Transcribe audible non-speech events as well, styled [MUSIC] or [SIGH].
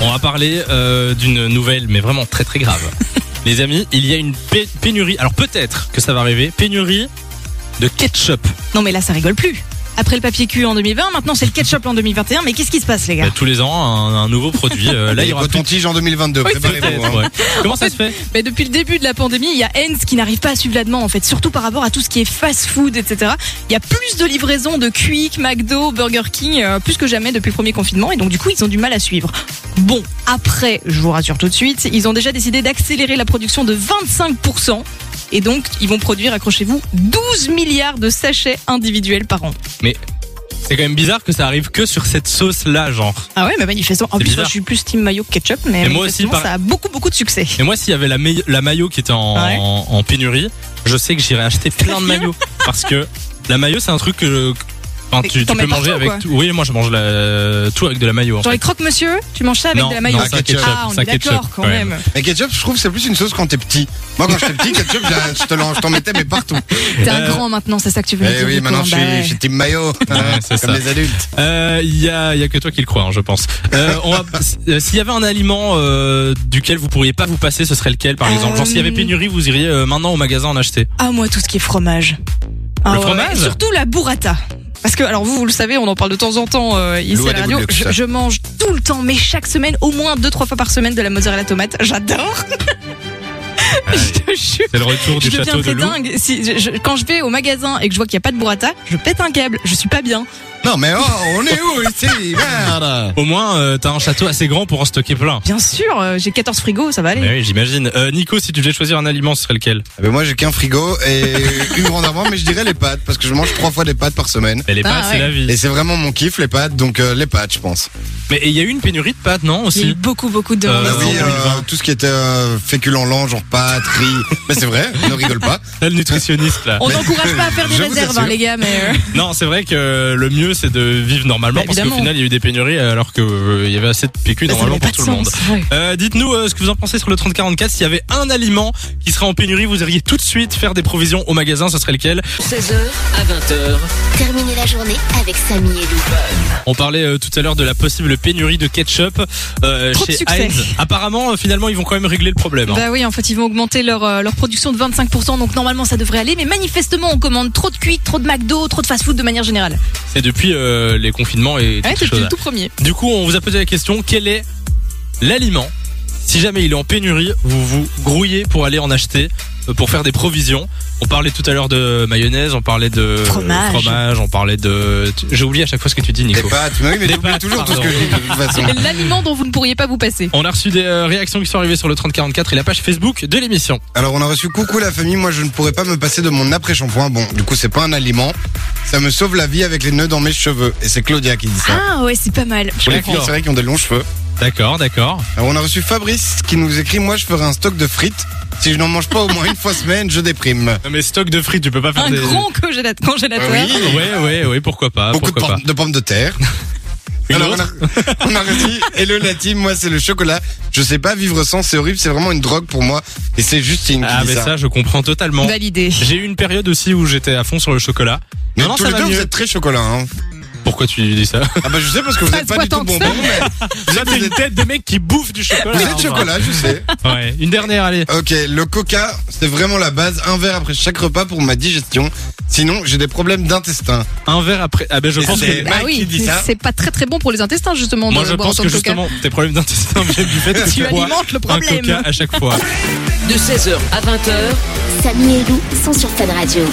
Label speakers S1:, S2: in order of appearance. S1: On va parler euh, d'une nouvelle, mais vraiment très très
S2: [LAUGHS]
S1: grave. Les amis, il y a une pé- pénurie. Alors peut-être que ça va arriver. Pénurie de ketchup.
S2: Non, mais là, ça rigole plus. Après le papier cul en 2020, maintenant c'est le ketchup en 2021. Mais qu'est-ce qui se passe, les
S1: Bah,
S2: gars
S1: tous les ans, un, un nouveau produit.
S2: [LAUGHS]
S1: Euh, là, il y aura
S3: coton
S1: plus
S3: tige en 2022.
S1: de-
S3: Préparez-vous.
S1: Peut-être,
S3: hein.
S1: ouais. Comment ça se fait
S2: Mais Depuis le début de la pandémie, il y a Heinz qui n'arrive pas à suivre la demande, en fait, surtout par rapport à tout ce qui est fast-food, etc. Il y a plus de livraisons de Quick, McDo, Burger King, euh, plus que jamais depuis le premier confinement, et donc du coup, ils ont du mal à suivre. Bon, après, je vous rassure tout de suite, ils ont déjà décidé d'accélérer la production de 25%. Et donc, ils vont produire, accrochez-vous, 12 milliards de sachets individuels par an.
S1: C'est quand même bizarre que ça arrive que sur cette sauce-là, genre.
S2: Ah ouais, mais manifestant.
S1: C'est
S2: En plus, moi,
S1: bizarre.
S2: je suis plus team mayo que ketchup, mais
S1: Et moi aussi,
S2: manifestement,
S1: pareil.
S2: ça a beaucoup, beaucoup de succès.
S1: Et moi, s'il y avait la, meille- la maillot qui était en,
S2: Ouais.
S1: en- en pénurie, je sais que j'irais acheter plein de
S2: [LAUGHS]
S1: maillots. parce que la maillot, c'est un truc que. enfin,
S2: Mais
S1: tu,
S2: t'en
S1: tu peux
S2: mets
S1: manger
S2: partout,
S1: avec
S2: quoi.
S1: tout. Oui, moi je mange la- tout avec de la maillot. en
S2: Genre les
S1: fait.
S2: croque-monsieur, tu manges ça avec
S1: Non,
S2: de la mayo
S1: non, ça, ketchup,
S2: Ah, on
S1: ça,
S2: est d'accord
S1: ketchup,
S2: quand
S1: ouais.
S2: même.
S3: Mais hein. ketchup, je trouve, c'est plus une sauce quand t'es petit. Moi, quand j'étais petit, ketchup, je je te l'en- je t'en mettais,
S1: [LAUGHS]
S3: mais partout.
S2: T'es un
S1: Euh,
S2: grand maintenant, c'est ça que tu veux me
S3: Eh
S2: dire.
S3: oui,
S2: Nico,
S3: maintenant, je
S2: bah ouais.
S3: suis, je suis team maillot. hein,
S1: c'est
S3: Comme
S1: ça.
S3: les adultes.
S1: Euh, Il y, a, il y a que toi qui le crois, hein, je pense. Euh, on va- euh, s'il y avait un aliment euh, duquel vous pourriez pas vous passer, ce serait lequel par exemple Genre s'il y avait
S2: Euh,
S1: pénurie, vous iriez euh, maintenant au magasin en acheter.
S2: Ah, moi, tout ce qui est fromage. Ah, ouais,
S1: fromage
S2: ouais. Surtout la burrata. Parce que, alors vous, vous le savez, on en parle de temps en temps euh, ici
S3: Loi
S2: à la
S3: des
S2: radio.
S3: boules de
S2: Je,
S3: chat.
S2: je mange tout le temps, mais chaque semaine, au moins deux, trois fois par semaine, de la mozzarella tomate.
S1: [LAUGHS]
S2: J'adore. je te jure.
S1: C'est le retour
S2: Je
S1: du
S2: deviens
S1: château de
S2: très
S1: loup.
S2: dingue. Si, je- je- quand je vais au magasin et que je vois qu'il n'y a pas de burrata, je pète un câble. Je suis pas bien.
S3: Non, mais oh, on est où ici Merde
S1: Au moins, euh, t'as un château assez grand pour en stocker plein.
S2: Bien sûr, euh, j'ai 14 frigos, ça va aller.
S1: Mais oui, j'imagine. Euh, Nico, si tu devais choisir un aliment, ce serait lequel
S3: Eh ben, Moi, j'ai qu'un frigo et une grande avant, mais je dirais les pâtes, parce que je mange trois fois des pâtes par semaine.
S1: Mais les
S2: Ah,
S1: pâtes, c'est
S2: ouais.
S1: la vie.
S3: Et c'est vraiment mon kiff, les pâtes, donc euh, les pâtes, je pense.
S1: Mais il y a eu une pénurie de pâtes, non
S2: Il y a eu
S1: aussi
S2: beaucoup, beaucoup de demandes.
S1: Euh,
S3: Bah
S1: en
S3: oui, euh,
S1: 2020.
S3: tout ce qui était euh, féculent lent, genre pâtes, riz. Mais c'est vrai, ne rigole pas.
S1: T'as le nutritionniste là.
S2: On n'encourage pas à faire des
S3: Je vous
S2: réserves, hein,
S3: assure.
S2: les gars, mais. euh,
S1: Non, c'est vrai que le mieux c'est de vivre normalement
S2: Bah,
S1: parce qu'au
S2: évidemment.
S1: final il y a eu des pénuries alors qu'il y avait assez de PQ [LAUGHS]
S2: ça
S1: normalement
S2: n'a pas
S1: pour
S2: de
S1: tout le monde.
S2: sens, ouais.
S1: Euh, Dites-nous euh, ce que vous en pensez sur le 3044. S'il y avait un aliment qui serait en pénurie, vous iriez tout de suite faire des provisions au magasin, ce serait lequel
S4: 16h à 20h.
S5: Terminez la journée avec Samy et Lou.
S1: On parlait euh, tout à l'heure de la possible pénurie de ketchup euh,
S2: Trop de
S1: chez
S2: succès.
S1: Heinz. Apparemment, euh, finalement, ils vont quand même régler le problème. hein.
S2: Bah oui, en fait, ils vont augmenter leur, euh, leur production de 25%, donc normalement ça devrait aller, mais manifestement on commande trop de Quick, trop de McDo, trop de fast-food de manière générale.
S1: C'est depuis euh, les confinements et
S2: Ah
S1: toutes
S2: Ouais,
S1: ces
S2: c'est le
S1: choses-là.
S2: tout premier.
S1: Du coup, on vous a posé la question quel est l'aliment Si jamais il est en pénurie, vous vous grouillez pour aller en acheter, euh, pour faire des provisions. On parlait tout à l'heure de mayonnaise, on parlait de
S2: Fromage.
S1: fromage, on parlait de. tu- J'ai oublié à chaque fois ce que tu dis,
S3: Les
S1: Nico.
S3: pâtes, mais oui, mais
S1: Les
S3: t'oublies
S1: pâtes,
S3: toujours tout ce que je
S1: pardon.
S3: dis de toute façon.
S2: L'aliment dont vous ne pourriez pas vous passer.
S1: On a reçu des euh, réactions qui sont arrivées sur le 3044 et la page Facebook de l'émission.
S3: Alors on a reçu coucou la famille, moi je ne pourrais pas me passer de mon après-shampoing. Bon, du coup c'est pas un aliment, ça me sauve la vie avec les nœuds dans mes cheveux. Et c'est Claudia qui dit ça.
S2: Ah ouais, c'est pas mal.
S3: Pour les filles,
S1: d'accord.
S3: c'est vrai qui ont des longs cheveux.
S1: D'accord, d'accord.
S3: Alors on a reçu Fabrice qui nous écrit, moi je ferai un stock de frites. Si je n'en mange pas au moins une fois semaine, je déprime.
S1: Non, Mais stock de frites, tu peux pas faire
S2: Un
S1: des. Ah
S2: grand congélat- congélateur.
S3: Oui.
S1: Ouais, ouais, ouais, pourquoi pas,
S3: Beaucoup de,
S1: Ah, pourquoi pas.
S3: pommes- de pommes de terre.
S1: [LAUGHS] Une
S3: Alors, on
S1: autre
S3: a, on a reçu Hello la team, moi c'est le chocolat. Je sais pas vivre sans, c'est horrible, c'est vraiment une drogue pour moi. Et c'est Justine qui
S1: Ah,
S3: dit
S1: mais
S3: ça.
S1: ça, je comprends totalement.
S2: Validé.
S1: J'ai eu une période aussi où j'étais à fond sur le chocolat.
S3: Mais
S1: Non, non,
S3: tous
S1: ça
S3: les
S1: va
S3: deux vous
S1: mieux.
S3: êtes très chocolat. Hein.
S1: Pourquoi tu dis ça
S3: Ah bah je sais parce que [LAUGHS] vous
S2: Ça
S3: n'êtes
S2: se
S3: pas
S2: voit
S3: du tout
S2: tant que
S3: bonbon.
S2: ça.
S3: mais
S1: Ça, t'es une tête de mec qui bouffe du chocolat.
S3: Vous
S1: hein,
S3: êtes chocolat, je sais.
S1: Ouais, une dernière, allez.
S3: Ok, le coca, c'est vraiment la base. Un verre après chaque repas pour ma digestion. Sinon, j'ai des problèmes d'intestin.
S1: Un verre après. Ah ben je
S3: Et
S1: pense
S3: c'est
S1: que.
S3: Mike
S2: Bah oui,
S3: qui dit ça.
S2: c'est pas très très bon pour les intestins justement.
S1: Moi
S2: de
S1: je
S2: boire
S1: pense que
S2: autant de coca.
S1: justement tes problèmes d'intestin viennent du fait que
S2: Tu
S1: bois
S2: alimentes le
S1: un
S2: problème.
S1: coca à chaque fois.
S4: De 16h à 20h.
S5: Samy et Lou sont sur Fun Radio.